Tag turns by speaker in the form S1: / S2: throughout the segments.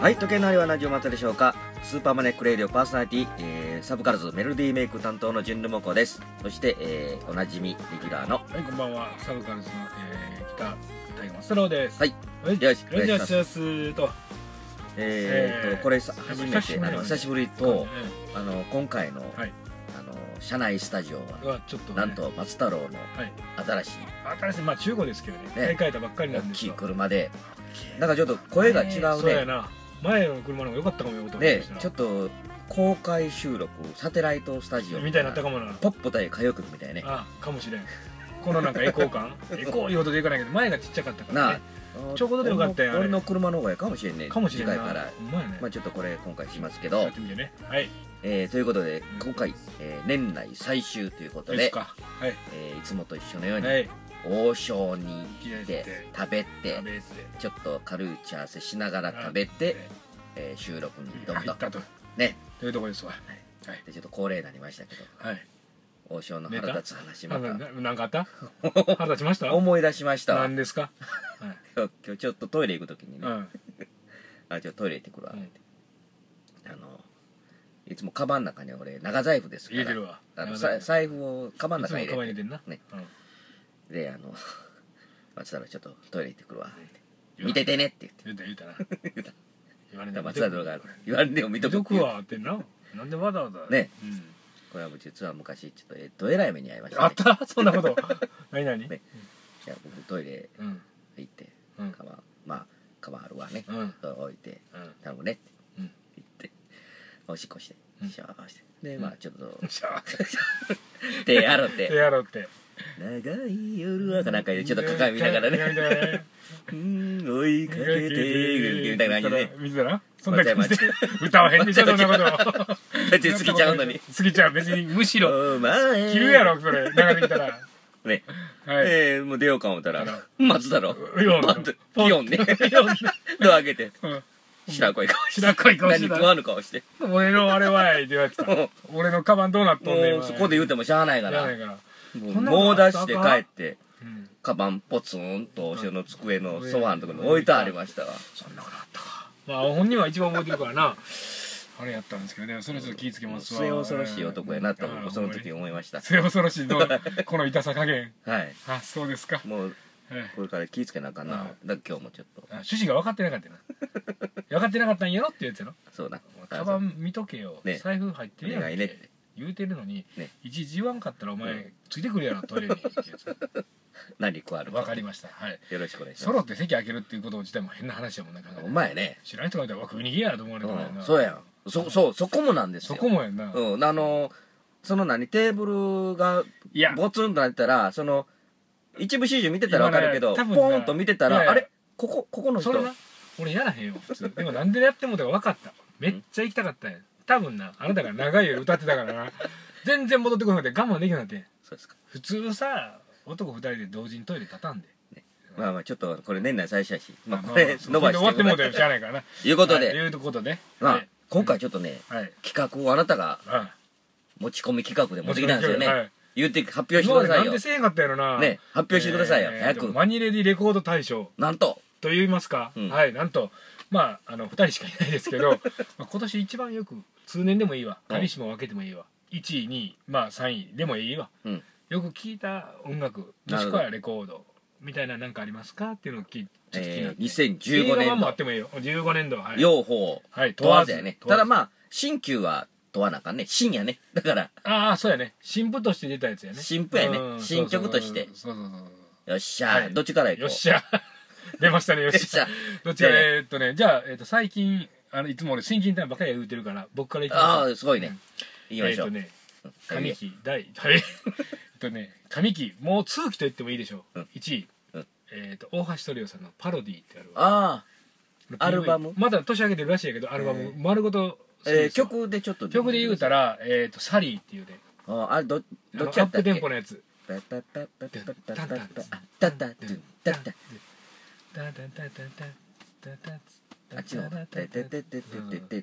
S1: はい、時計の針は何時を待ったでしょうかスーパーマネックレイディオパーソナリティ、えーサブカルズメロディーメイク担当のジュンルモコです。そして、えーおなじみレギュラーの、
S2: はい、こんばんは。サブカルズの、えー、北大河正郎です。
S1: はい。
S2: はい。
S1: よろしくお願いします
S2: よろしくお願いしますと。
S1: えーと、
S2: えー
S1: これさ初め、
S2: 久してぶり
S1: あの久しぶりと、
S2: ね
S1: あの、今回の、
S2: はい
S1: あの、社内スタジオ
S2: う
S1: は、
S2: わちょっと、ね、
S1: なん。と松太郎の
S2: はい。
S1: 新しい
S2: 新しいまあ中古ですけどね。買い替えたばっかりな
S1: 大
S2: んです
S1: きい
S2: よ。
S1: 車で、
S2: 大きい
S1: なんかちょっと声が違
S2: ね
S1: う
S2: そうや
S1: ね。
S2: な。前の車の方が良かったかもよと思い
S1: で
S2: ました、な
S1: ちょっと公開収録、サテライトスタジオ
S2: みたいになったかもな。
S1: ポップ対歌謡曲みたいね。
S2: あ、かもしれん。このなんかエコー 感エコーいうほどでいかないけど前がちっちゃかったからね。ちょうどでよかったよあれ
S1: 俺の車の方がいいかもしれんね。
S2: かもしれんな。
S1: 次回から。
S2: ほんまやね。
S1: まあちょっとこれ今回しますけ
S2: や
S1: ど
S2: っ、てみてね。はい。
S1: えーということで、今回、えー年内最終ということ
S2: どうです
S1: で、
S2: か。はい。
S1: えーいつもと一緒のように、
S2: はい。
S1: 王将に行っ
S2: 行ってて、
S1: 食べ
S2: 食
S1: て、
S2: べて
S1: ちょっと軽い打ち合わせしながら食べて、えー収録に挑む
S2: 入
S1: と
S2: っ。たと。
S1: ね。
S2: というとこですわ。
S1: で、ちょっと恒例になりましたけど、
S2: はい。
S1: 王将の腹立つ話ま
S2: なん
S1: た
S2: かなんかあった 腹立ちました
S1: 思い出しましたわ。
S2: 何ですか、はい
S1: 今日ちょっとトイレ行くときに
S2: う
S1: ね、
S2: ん
S1: あ、ちょっとトイレ行ってくるわ
S2: う。ん、
S1: あのいつもカバンの中に俺長財布ですか
S2: 入れて
S1: ら
S2: るわ
S1: あの
S2: 長
S1: さ
S2: 財布
S1: 財布をカバン
S2: い
S1: の
S2: つも
S1: 中に
S2: カバン
S1: 入れ
S2: 入れ
S1: て
S2: てんな、
S1: ね
S2: うん
S1: であの 松太郎ちょっとトイレ行ってくるわ
S2: 言わ
S1: 見ててねって言って
S2: 言うた言うたな言われ
S1: だ
S2: ん
S1: か
S2: で
S1: ら
S2: も
S1: 松
S2: 見と
S1: 太
S2: く
S1: 郎が
S2: これ
S1: 言わんでも見とく
S2: 見と
S1: って
S2: く
S1: いう
S2: わってななんでわざわざ
S1: ね、
S2: うん
S1: これは実は昔ちょっとえっとえらい目に遭いました、
S2: あ
S1: ね
S2: っ、たそんなこと 何何、
S1: ねいや僕トイレ
S2: うん
S1: 行って
S2: うん
S1: カバンまあカバンあるわね
S2: うんうん
S1: 置いて
S2: うん
S1: 頼むねって
S2: うん
S1: 言っておしっこして
S2: うん
S1: シャワーしてでまあちょっと
S2: しゃあ
S1: 手洗 っ
S2: 手
S1: て
S2: やろうって
S1: 長い夜はかなんかでちょっと鏡見ながらね
S2: 鏡見な がらね
S1: うーん追いかけてみたいな感じ で
S2: 見てたらそんな感じで歌わへんでしょそんなこと
S1: だって過ぎちゃうのに
S2: 過ぎちゃう別にむしろ
S1: お前
S2: 切るやろそれ流れてきたら
S1: ね
S2: はい
S1: えーもう出ようか思ったら
S2: あら
S1: 松だろ
S2: イオン
S1: パッとピオンね
S2: いや
S1: ドア開けて
S2: うん
S1: 白子い顔して
S2: 白子い顔してた
S1: 何食わぬ顔して
S2: 俺のあれはって言われてた
S1: も
S2: 俺のカバンどうなっ
S1: う
S2: とんね
S1: も
S2: ん
S1: うそこで言うてもしゃあない
S2: や
S1: か
S2: ない
S1: ら
S2: から
S1: もう
S2: そんなこと
S1: 猛
S2: あ
S1: ダ
S2: っ
S1: ッ
S2: た
S1: シ
S2: か
S1: ュで帰って
S2: うん
S1: カバンポツンと後ろの机のソファのところに置いてありましたわ
S2: そんなことあったかまあ本人は一番覚えてるからなあれやったんですけどねそれちょっと気ぃつけますわ
S1: 末恐ろしい男やなと僕その時
S2: は
S1: 思いました
S2: 末恐ろしいどうこの痛さ加減
S1: はい
S2: あそうですか
S1: もう
S2: はい
S1: これから気ぃつけなあかんなだから今日もちょっと
S2: あ趣旨が分かってなかったよな分かってなかったんやろってやつ やろ
S1: そうな
S2: カバン見とけよ、
S1: ね
S2: 財布入ってるやん
S1: お願いねって
S2: 言うてるのに、
S1: ね
S2: いちいち言わんかったらお前、
S1: うん
S2: ついてくるやろ トイレにってやつ
S1: 何食わる
S2: 分かりましたはい
S1: よろしくお願いし
S2: ソ
S1: ま
S2: ロって席開けるっていうこと自体も変な話やもんな考えた
S1: す
S2: ら
S1: お前ね
S2: 知らん人がいたらわ食い逃げやと思われ
S1: う
S2: てもや
S1: ん
S2: な
S1: そうやんそそうそこもなんですよ
S2: そこもやんな、
S1: うんあのその何テーブルが
S2: いや
S1: ボツンとなってたらその一部始終見てたらわかるけどポ
S2: 今ね多分な
S1: ーンと見てた
S2: いやい
S1: ら
S2: や
S1: あれここここの人
S2: それな俺やらへんよ普通でもなんでやってもだから分かっためっちゃ行きたかったんや多分なあなたが長い夜歌ってたからな全然戻ってこなくて我慢できなくなってん
S1: そうですか
S2: 普通さ男二人で同時にトイレ畳んで
S1: まあまあちょっとこれ年内最初やしまあ
S2: ま
S1: これ
S2: そ
S1: 伸ばして
S2: で終わってもうたよ
S1: と
S2: 知らないからな
S1: いうこと
S2: はい
S1: で
S2: いうことで
S1: ま
S2: は
S1: あ
S2: い
S1: 今回ちょっとね
S2: はい
S1: 企画をあなたが
S2: は
S1: 持ち込み企画で
S2: い
S1: 持ってきたんですよ
S2: は
S1: ね
S2: い
S1: 言って発表して
S2: 今ま
S1: く
S2: で
S1: ださ
S2: ないん
S1: よ
S2: でせえへんかったやろな
S1: ね発表してくださいよ
S2: えー
S1: 早
S2: えーと
S1: く
S2: マニレディレコード大賞
S1: なんと
S2: と言いますか、
S1: うん
S2: はいなんとまああの2人しかいないです けどまあ今年一番よく通年でもいいわ
S1: うん
S2: 旅しも分けてもいいわ1位2位まあ3位でもいいわ、
S1: うん
S2: よく聞いた音楽も
S1: なる
S2: し
S1: ほど
S2: くはレコードみたいななんかありますかっていうのを聞いちょっと気にな
S1: えー
S2: って、
S1: 2015
S2: 映
S1: 年
S2: 画版も
S1: 度
S2: あってもいいよ15年度ははい、
S1: 用法
S2: はい、
S1: 問わずやねただ
S2: あ
S1: まあ新旧は問わなあかんね新やねだから
S2: ああそうやね新譜として出たやつやね
S1: 新譜やね
S2: うん
S1: 新曲として
S2: そうそうそうそう
S1: よっしゃー、
S2: はい
S1: どっちからいこう
S2: よっしゃ 出ましたねよっ
S1: よっし
S2: しゃ
S1: ゃ
S2: どっち
S1: じ
S2: か
S1: ゃあね
S2: えーっとねじゃあ、えーっと最近あのいつも俺親近感ばっかり言うてるから僕からいきます
S1: ああすごいね行き
S2: え
S1: ま
S2: ーっ
S1: しょ
S2: と
S1: う、
S2: ね
S1: うん
S2: 上期第 はいえっとね上期もう通期と言ってもいいでしょ
S1: うん
S2: 1位
S1: うん
S2: えーっと大橋トリオさんの「パロディ」ってあるわ
S1: ああ、
S2: これ
S1: アルバム
S2: PV まだ年上げてるらしいやけどアルバ
S1: え
S2: ム
S1: ー
S2: 丸ごとそう
S1: えー
S2: ですよ
S1: 曲でちょっと
S2: 曲で言うたらえーっと「サリー」っていうね
S1: あーあれど
S2: あ
S1: ど
S2: の
S1: っ
S2: ア
S1: ちや
S2: ッ
S1: ったっ
S2: プ
S1: け
S2: テンポのやつ
S1: タッタッタッタッタッタッタッタッタッあタッタッタッタッタッあっちの方テテテテテテ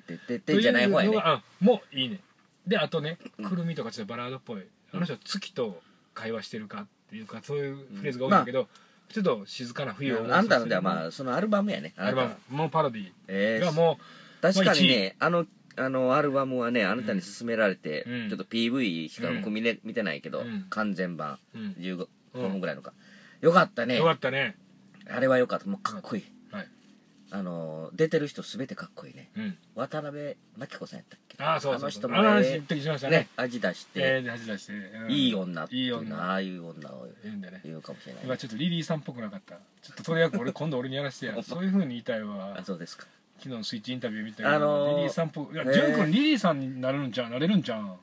S1: テテテテじゃない方やね
S2: うんもういいねであとね「くるみ」とかちょっとバラードっぽいあの人は月と会話してるかっていうかそういうフレーズが多いんだけど、ちょっと静かな冬を思い
S1: あんたの
S2: させ
S1: で
S2: る
S1: はまあそのアルバムやねあ
S2: ア
S1: な
S2: ル
S1: た
S2: バ
S1: は
S2: ムもうパロディ
S1: えー
S2: がも
S1: 確
S2: ま
S1: か
S2: あ
S1: にね、あのあのアルバムはねあなたに勧められて、
S2: うん
S1: ちょっと PV しか
S2: うん
S1: 僕見,、ね見てないけど、
S2: うん
S1: 完全版
S2: う、うん
S1: 15
S2: うん
S1: 本ぐらいのか、よかったね
S2: よかったね
S1: あれはよかったもうかっこいい、
S2: はい
S1: あの出てる人すべてかっこいいね
S2: うん
S1: 渡辺真紀子さんやったっけ
S2: ああそうそう
S1: あの人
S2: そう
S1: も
S2: あの話
S1: ね
S2: 一時しました
S1: ね
S2: ね
S1: 味出して、
S2: えー、恥出して、うん
S1: いい女って
S2: いい
S1: いうの
S2: 女
S1: はああいう女を
S2: いいんだね
S1: 言うかもしれない、
S2: 今ちょっとリリーさんっぽくなかったちょっととりあえず俺今度俺にやらせて やそういうふうに言いたいわ
S1: あそうですか
S2: 昨日のスイッチインタビュー見たけど、
S1: あのー
S2: リリーさんっぽくいや
S1: ね
S2: 潤君リリーさんになれるんじゃんなれるんじゃん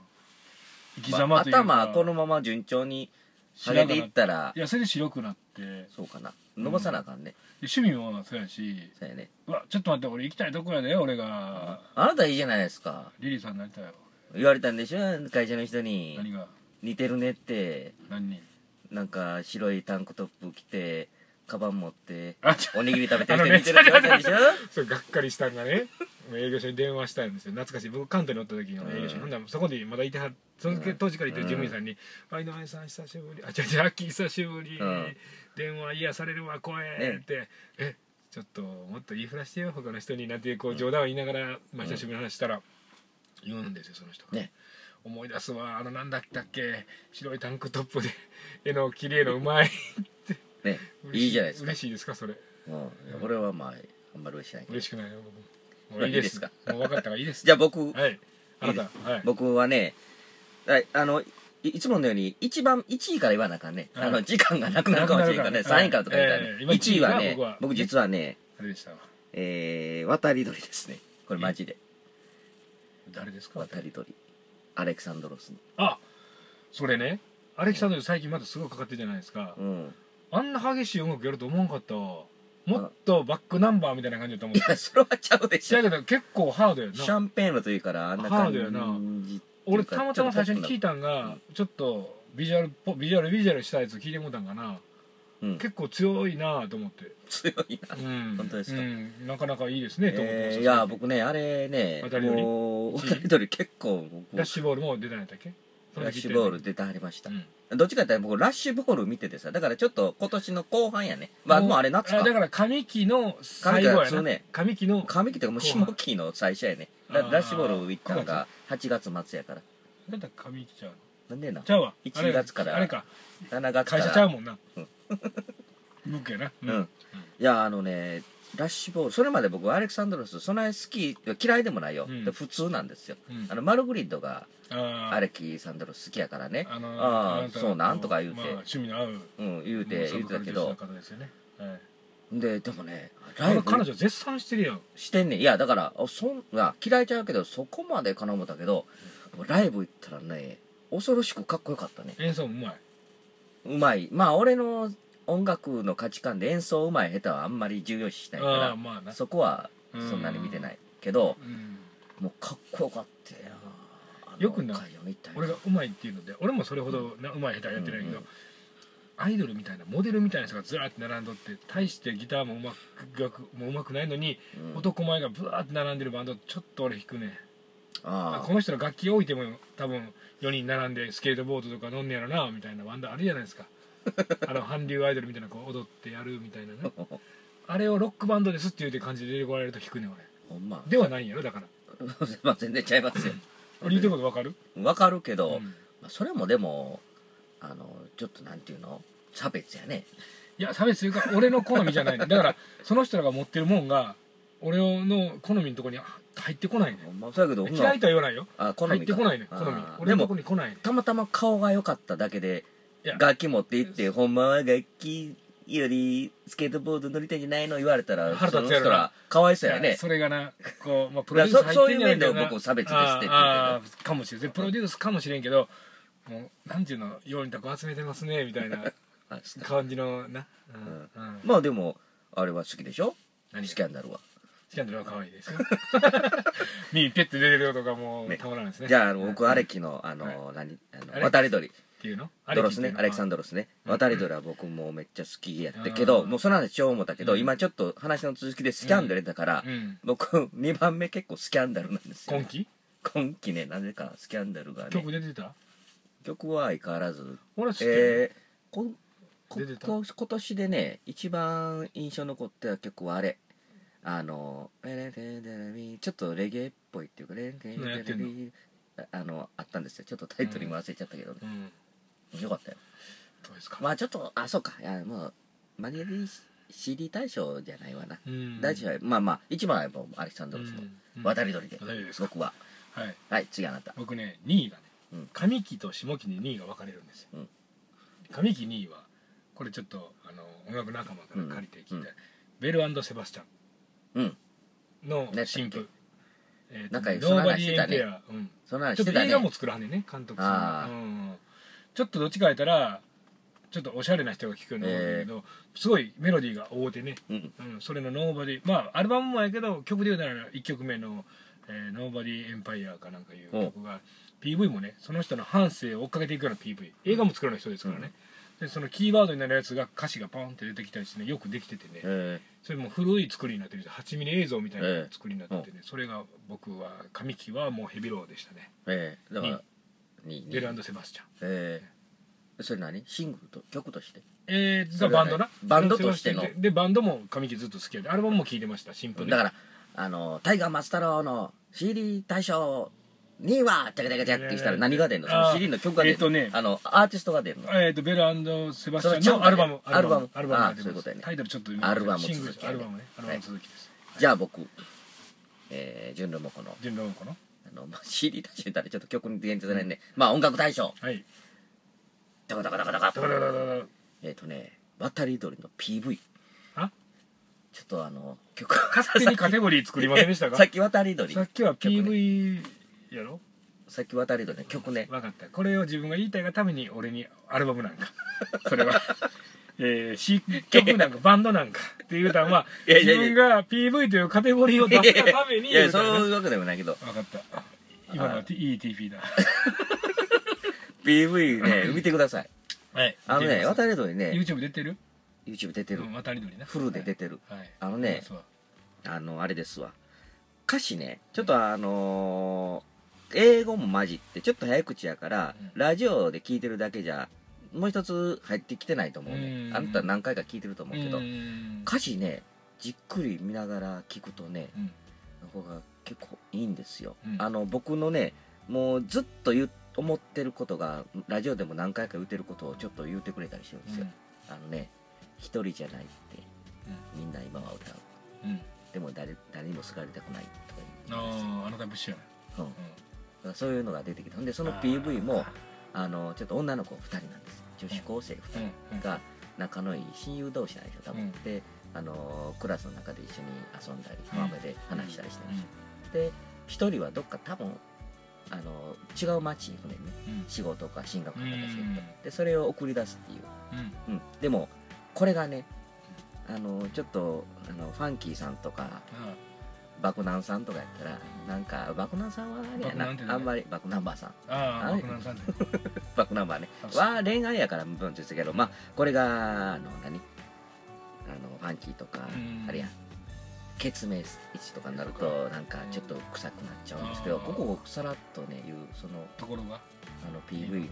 S2: 生き様というか、まあ
S1: 頭このまま順調に
S2: 白
S1: 上
S2: くな
S1: げていったら
S2: いやそれで白くなってで
S1: そうかな伸ばさなあかんね、
S2: 趣味もそうやし
S1: そうやね
S2: うわちょっと待って俺行きたいとこやで俺が
S1: あなたいいじゃないですか
S2: リリーさんになりたいよ
S1: 言われたんでしょ会社の人に
S2: 何が
S1: 似てるねって
S2: 何人
S1: なんか白いタンクトップ着てカバン持って
S2: あちょ
S1: おにぎり食べて
S2: あの
S1: る人
S2: め
S1: 似
S2: っち
S1: てるっ
S2: ゃ
S1: て言われたんで しょ
S2: そうがっかりしたんだね営業所に電話したんですよ懐かしい僕関東におった時の営業所、
S1: うん
S2: ほんならそこでまだいてはその時
S1: うん
S2: 当時からいてる事務員さんに「あ井上さん久しぶりあじゃじゃ秋久しぶり、
S1: うん
S2: 電話癒されるわ声」
S1: ね
S2: って「えちょっともっと言いふらしてよ他の人に」なんてこう冗談を言いながら、まあ、久しぶりの話したら言うんですよその人が。
S1: ね
S2: 思い出すわあのなんだったっけ白いタンクトップで 絵の綺麗のうまい
S1: ねいいじゃないですか
S2: 嬉しいですかそれ
S1: もう俺はまああんまり嬉しないけど
S2: 嬉しくないよ
S1: ま
S2: 僕
S1: あ
S2: もういいで
S1: いいですすか
S2: もう分かったからいいです
S1: じゃあ僕
S2: はいあなた
S1: い
S2: はい
S1: 僕はねああのいいつものように一番1位から言わなあかんね、
S2: はい
S1: あの時間がなくなるかもしれんからね、
S2: なくな
S1: 3
S2: るからね
S1: 位からとか言ったらね
S2: ええ今
S1: 1位はね
S2: 一位が僕は
S1: 僕実はね
S2: あれでしたわ
S1: えー、渡り鳥ですねこれマジで
S2: 誰ですか
S1: 渡り鳥アレクサンドロスの
S2: あそれねアレキサンドル最近まだすごいかかってるじゃないですか
S1: うん
S2: あんな激しい音楽やると思わんかったわもっとバックナンバーみたいな感じだと思っ
S1: い
S2: て
S1: やそれはちゃうでし
S2: だ
S1: ょ
S2: けど結構ハードや
S1: シャ
S2: な
S1: ンペーンの時からあんな
S2: ハー
S1: 感
S2: ド
S1: じ
S2: やな
S1: っていう
S2: 俺
S1: か
S2: たまたま最初に聞い
S1: ちょった
S2: んがちょっとビジュアルっぽビジュアルビジュアルしたやつ聞いてもうたんかな
S1: とポップな
S2: 結構強いなと思って
S1: うん強いな
S2: うん
S1: 本当ですか
S2: うんなかなかいいですねと思ってまし
S1: え
S2: た
S1: ーいや僕ねあれね
S2: 渡り鳥
S1: もう
S2: 一位
S1: 渡り鳥結構僕
S2: ラッシュボールも出たんやったっけ
S1: ラッシュボール出てはりました
S2: う、ん
S1: どっちかっていうと僕ラッシュボール見ててさだからちょっと今年の後半やねまあ
S2: もう
S1: もうあれ夏
S2: あだ
S1: か
S2: から上期の最
S1: 上
S2: 後
S1: 期
S2: や
S1: の
S2: な
S1: ね
S2: 上期の
S1: 上期というかもう下期の最初やねラ
S2: あー
S1: ラッシュボール行ったのが8月末やから
S2: なんだ上期ちゃうの
S1: なんでな
S2: ちゃうわ
S1: 一
S2: あれ
S1: 月から
S2: あれか
S1: 7月か
S2: 会
S1: ら
S2: 社ちゃうもんな
S1: うん
S2: ブックやな
S1: うん、いやあのねラッシュボールそれまで僕アレクサンドロスそんなに好き嫌いでもないよ、
S2: うん
S1: で普通なんですよ
S2: うん
S1: あのマルグリッドが
S2: あー
S1: アレキサンドロス好きやからね
S2: あの
S1: あー
S2: た
S1: そうなんとか言うて
S2: まあ趣味の合う
S1: うん言うて言うてたけど
S2: 彼女ですよねはい
S1: ででもねラ
S2: あ
S1: イ
S2: の彼
S1: ブ
S2: 女絶賛してるやん
S1: してんねんいやだからあそんな嫌いちゃうけどそこまでかな思ったけどライブ行ったらね恐ろしくかっこよかったね
S2: 演奏うまいう
S1: まいまあ俺の音楽の価値観で演奏うまい下手はあんまり重要視しない
S2: ああ
S1: か
S2: まあな
S1: らそこは
S2: うん
S1: そんなに見てないけど
S2: うん
S1: もうかっこよかったよあの
S2: よくない
S1: 会を見たよ
S2: 俺がうまいっていうので俺もそれほどなうまい下手やってないけど、
S1: うんうん
S2: アイドルみたいなモデルみたいな人がずらーって並んどって対してギターもうまく楽もうまくないのに、
S1: うん
S2: 男前がブワーって並んでるバンドちょっと俺弾くね
S1: あ
S2: こ
S1: あ
S2: の人の楽器置いても多分4人並んでスケートボードとか飲んねやろなみたいなバンドあるじゃな いですかあの韓流アイドルみたいなこう踊ってやるみたいなねあれをロックバンドですっていうて感じで出てこられると弾く ね俺
S1: ほんま
S2: ではないんやろだから
S1: まあ全然ちゃいますよ
S2: 俺言うてることわかる、
S1: わかるけど、
S2: うん
S1: まあ、それもでもあのちょっとなんていうの差別やね
S2: いや差別というか俺の好みじゃないねだからその人らが持ってるもんが俺の好みのとこに入ってこないね
S1: ほんまそうやけどほんな
S2: 嫌いとは言わないよ
S1: あ好みか
S2: 入ってこないね好み
S1: あー
S2: 俺
S1: で
S2: のとこ
S1: も
S2: に来ないね
S1: たまたま顔が良かっただけで
S2: いや
S1: 楽器持って行ってほんまは楽器よりスケートボード乗りたいんじゃないの言われたら
S2: 腹
S1: そ
S2: 立
S1: の
S2: つや
S1: 人
S2: ろな
S1: らかわいそうや
S2: い
S1: ね
S2: やそれがなこう、まあ、プ
S1: だ
S2: ロ
S1: か
S2: デ
S1: ら
S2: ュー
S1: そ
S2: ス入
S1: そう
S2: って
S1: い
S2: ん
S1: う
S2: じゃない
S1: 面で
S2: んだよ
S1: は
S2: な
S1: 僕差別ですって言ってるけど
S2: あーあーかもしれんでプロデュースかもしれんけどもうなんていうのようにたこ集めてますねみたい な
S1: あそう
S2: 感じのな、うん
S1: うん
S2: うん
S1: まあでもあれは好きでしょ
S2: 何
S1: ス
S2: ス
S1: キャンダルは
S2: キャンダルは可愛いですよ 耳ペッて出てるとかもう
S1: ね
S2: たまらないですね
S1: じゃああの
S2: う
S1: 僕
S2: ん
S1: アレキのあの、
S2: は
S1: 何あ
S2: ア
S1: の
S2: レキ
S1: 渡り鳥
S2: っていうの
S1: ドロスねアレキサン
S2: ド
S1: ドロスね
S2: うん
S1: 渡り鳥は僕もうめっちゃ好きやったけど
S2: うん
S1: もうその話しよう思ったけど、
S2: うん
S1: 今ちょっと話の続きでスキャンダルだから、
S2: うん
S1: 僕2番目結構スキャンダルなんですよ、
S2: 今
S1: ね、
S2: 期
S1: 今期ねなぜかスキャンダルがね
S2: 曲出てた
S1: 曲は相変わらず
S2: 俺は知ってる、
S1: えー、ここ
S2: 出てた
S1: 今今年でね一番印象残ってた曲はあれあのレレレレレちょっとレゲエっぽいっていうかレレレ
S2: や
S1: レ
S2: って
S1: レ
S2: んの
S1: レああのあったんですよちょっとタイトルも忘れちゃったけどね、
S2: うん
S1: よかったよ
S2: どうですか、
S1: まあちょっとあそうかいやもうマニアリ CD 大賞じゃないわな、
S2: うん
S1: 大賞はまあまあ一番はやっぱアレキサンドロスの
S2: うん
S1: 渡り鳥で、
S2: 渡り鳥ですか
S1: 僕は
S2: はい
S1: はい次あなた
S2: 僕ね2位がね、
S1: うん
S2: 上期と下期に2位が分かれるんですよ、
S1: うん
S2: 上期2位はこれちょっとあの音楽仲間から借りて聞いた、ベルセバスチャ
S1: うん
S2: ンの
S1: 何やったっけ
S2: 新譜えーと
S1: なんかそんな話してたね
S2: Nobody Ain't There うん
S1: そんなの
S2: ち
S1: し
S2: ょってと
S1: た
S2: 映
S1: ね
S2: 画も作らはんねんね監督さ
S1: あー
S2: んが、うん、ちょっとどっちかやったらちょっとおしゃれな人が聴くようになるんだけど、すごいメロディーが大手ね、
S1: うん
S2: うん、それの「ノーバディ」まあアルバムもやけど曲で言うなら1曲目の「えー、ノーバディ・エンパイア」かなんかいう曲が PV もねその人の半生を追っかけていくような PV 映画も作るような人ですからね、でそのキーワードになるやつが歌詞がパンって出てきたりしてねよくできててね、
S1: え
S2: それも古い作りになってるんです8ミリ映像みたいな作りになっててね、それが僕は神木はもうヘビローでしたね
S1: ー、えー、だからに
S2: ベルセバスチャン
S1: えー、それ何シングルと曲として
S2: えー、実
S1: そ
S2: は
S1: れは
S2: バ
S1: ね
S2: ンドな
S1: バンドとしての
S2: ででバンドも神木ずっと好きやでアルバムも聴いてましたシンプル
S1: だからあのタイガー松太郎の CD 大賞2位はチャカチャカチャってしたら何が出んのそ
S2: あ
S1: の
S2: ー
S1: CD の曲が出るの、
S2: えっとね
S1: あのアーティストが出るの
S2: えー、とベルセバス
S1: それ
S2: チ
S1: ち
S2: ャ
S1: ゃん
S2: ンの
S1: と
S2: アルバム
S1: ねアルバム
S2: アルバム
S1: あー
S2: アルバムが出てます
S1: そういうことやね
S2: タイトルちょっと見
S1: アルバム
S2: シングル
S1: 続きや
S2: ア
S1: ね
S2: ルバムねアルバム続きです
S1: じゃあ僕、えー、純路もこの
S2: 順論かな
S1: あの、まあ、CD 大賞言ったらちょっと曲に限定されないんで、まあ音楽大賞
S2: はい
S1: ダカダカダカダ
S2: だからだ
S1: カ
S2: から
S1: えっ、とね渡り鳥の PV
S2: あ
S1: ちょっとあの曲
S2: 勝手にカテゴリー作りませんでしたか
S1: さ
S2: さ
S1: っき渡り鳥
S2: っきは
S1: 曲ね
S2: PV やろ
S1: さっき渡り鳥の曲ね
S2: 分かったこれを自分が言いたいがために俺にアルバムなんかそれはえー、し曲なんかバンドなんかっていうたんは
S1: いやい
S2: 自
S1: やい
S2: 分が PV というカテゴリーを出したために
S1: いや
S2: 言うた
S1: そ
S2: んやな
S1: ういうわけでもないけど
S2: 分かった今のは T- いい TP だ
S1: PV ね見てください
S2: はい
S1: あのね渡り鳥ね
S2: YouTube 出てる
S1: YouTube 出てる
S2: うん渡り鳥な
S1: フルで出てる
S2: はいはい
S1: あのね
S2: そう
S1: あのあれですわ歌詞ねちょっとあのー英語も混じってちょっと早口やから、
S2: うん
S1: ラジオで聞いてるだけじゃもう一つ入ってきてないと思うね
S2: うん
S1: あなた何回か聞いてると思うけど
S2: うーん
S1: 歌詞ねじっくり見ながら聞くとね
S2: うん
S1: ここが結構いいんですよ、
S2: うん
S1: あの僕のねもうずっと言う思ってることがラジオでも何回か言ってることをちょっと言ってくれたりしてるんですよ、あのね一人じゃないってみんな今は歌う
S2: うんうん
S1: でも誰誰にも好かれたくないとか言うんですよ
S2: あああなたブッシュや
S1: うん、だからそういうのが出てきてほんでそ
S2: な
S1: の PV もあのちょっと女の子2人なんです女子高生2
S2: うんうん
S1: 人が仲のいい親友同士なんですよ多分、
S2: うん
S1: であのクラスの中で一緒に遊んだり
S2: うん
S1: 浜辺で話したりしてま
S2: うん
S1: した、で1人はどっか多分あの違う町に行くねんね
S2: うん
S1: 仕事か進学かなんかしてる
S2: うん
S1: とでそれを送り出すっていう
S2: うん
S1: うん、でもこれがねあのちょっとあのファンキーさんとか
S2: あ
S1: 爆南さんとかやったらなんか爆南さんはあれや
S2: 爆南って
S1: な
S2: 誰
S1: あんまり爆ナンバーさん
S2: ああ
S1: はい
S2: 僕なんかなんて
S1: 爆ナンバーね
S2: あそう
S1: は恋愛やから無分ですけどまあこれがあの何あのファンキーとか
S2: うん
S1: あれや決明位置とかになるとなんかちょっと臭くなっちゃうんですけど
S2: あー
S1: ここをさらっとね言うその
S2: ところが
S1: あの PV のね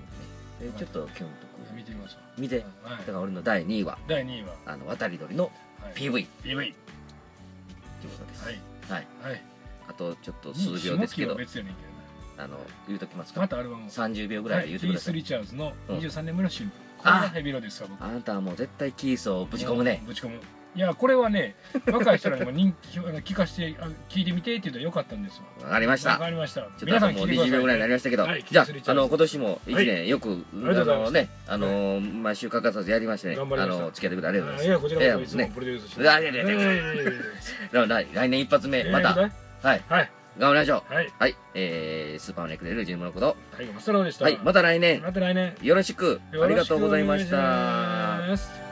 S1: でちょっとキュンとこ
S2: 見てみましょ
S1: う見て
S2: うはい
S1: だから俺の第2位は
S2: 第2位は
S1: あの渡り鳥の
S2: はい
S1: PV という
S2: PV はい
S1: ことです、はい、
S2: はい
S1: あとちょっと数秒ですけ
S2: 下期は
S1: ど
S2: 別やねんけ
S1: あの言うときます
S2: どなま
S1: か
S2: たアルバムを
S1: 30秒ぐらいで言ってください、
S2: はいキース・リチャーズの
S1: うん
S2: 23年目の新聞これ
S1: あ
S2: がヘビロですわ僕
S1: あなたはもう絶対キースをぶち込むね
S2: ぶち込むいやこれはね若い人らにも人気あの聞かしてあ聞いてみてって言ったらよかったんですよ
S1: わかりまし
S2: わ
S1: た
S2: かりました
S1: ちょっ
S2: 皆
S1: と
S2: さ
S1: あ
S2: ん
S1: とも
S2: 聞
S1: う
S2: いてく
S1: 20秒
S2: ださい
S1: ぐらいにな
S2: ね
S1: りましたけど、
S2: はい
S1: じゃ
S2: キースリチ
S1: あ
S2: ャーズ
S1: あの今年も1年よく、
S2: りが
S1: あ
S2: とうございます
S1: のねあのー、毎週欠かさずやりましてね
S2: 頑張り
S1: あ
S2: ました
S1: の付き合ってくれてありがとうご
S2: あ
S1: ざ
S2: い
S1: いま
S2: やこちらこそ
S1: ね
S2: いつもプロデュースして
S1: うわいやいやいやいや
S2: いやいやいやいや
S1: すだから来来年一発目また、
S2: はい
S1: はい
S2: はい
S1: 頑張りましょう
S2: はい
S1: はい、えー、スーパーマネクレルジムのこと
S2: 最後マスタローでした
S1: はいまた来年
S2: また来年
S1: よろしくありがとうございまし
S2: よろくお
S1: た
S2: 願いします